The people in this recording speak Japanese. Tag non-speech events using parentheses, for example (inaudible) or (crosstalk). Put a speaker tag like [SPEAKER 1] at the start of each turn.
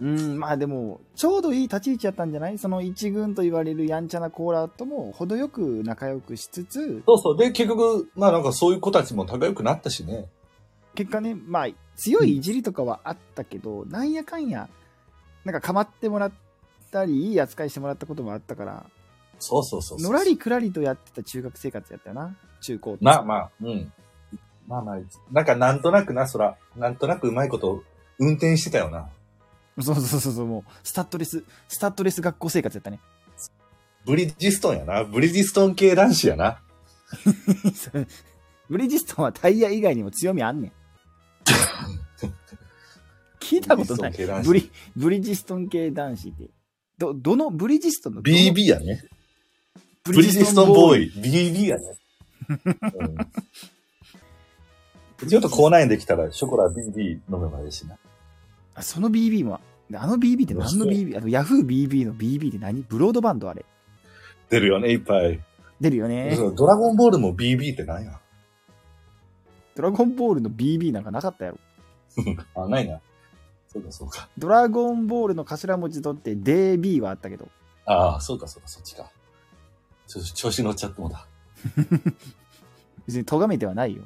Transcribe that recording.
[SPEAKER 1] うん、まあでも、ちょうどいい立ち位置やったんじゃないその一軍と言われるやんちゃなコーラとも程よく仲良くしつつ、
[SPEAKER 2] そうそう。で、結局、まあなんかそういう子たちも仲良くなったしね。
[SPEAKER 1] 結果ね、まあ、強いいじりとかはあったけど、なんやかんや、なんか構ってもらったり、いい扱いしてもらったこともあったから、
[SPEAKER 2] そうそうそうそう
[SPEAKER 1] のらりくらりとやってた中学生活やったよな。中高
[SPEAKER 2] まあまあ、うん。まあまあ、なんかなんとなくな、そら、なんとなくうまいこと運転してたよな。
[SPEAKER 1] そうそうそうそう、もう、スタッドレス、スタッドレス学校生活やったね。 (laughs)
[SPEAKER 2] ブリヂストンやな。ブリヂストン系男子やな。
[SPEAKER 1] ブリヂストンはタイヤ以外にも強みあん
[SPEAKER 2] (laughs)
[SPEAKER 1] ねん。聞いたことない。ブリ、ブリヂストン系男子って。ど、どの、ブリヂストンの
[SPEAKER 2] ?BB やね。ブリヂストンボーイ。BB やね。うん、ちょっと口内炎できたらショコラ BB 飲めばいいしな。
[SPEAKER 1] あ、その BB も、あの BB って何の BB? あの YahooBB の BB って何ブロードバンドあれ。
[SPEAKER 2] 出るよね、いっぱい。
[SPEAKER 1] 出るよね。
[SPEAKER 2] ドラゴンボールも BB って何や
[SPEAKER 1] ドラゴンボールの BB なんかなかったやろ。
[SPEAKER 2] あ、ないな。そうか、そうか。
[SPEAKER 1] ドラゴンボールの頭文字取って DB はあったけど。
[SPEAKER 2] ああ、そうか、そうか、そっちか。ちょっと調子乗っちゃってもだ。
[SPEAKER 1] 別に咎めてはないよ。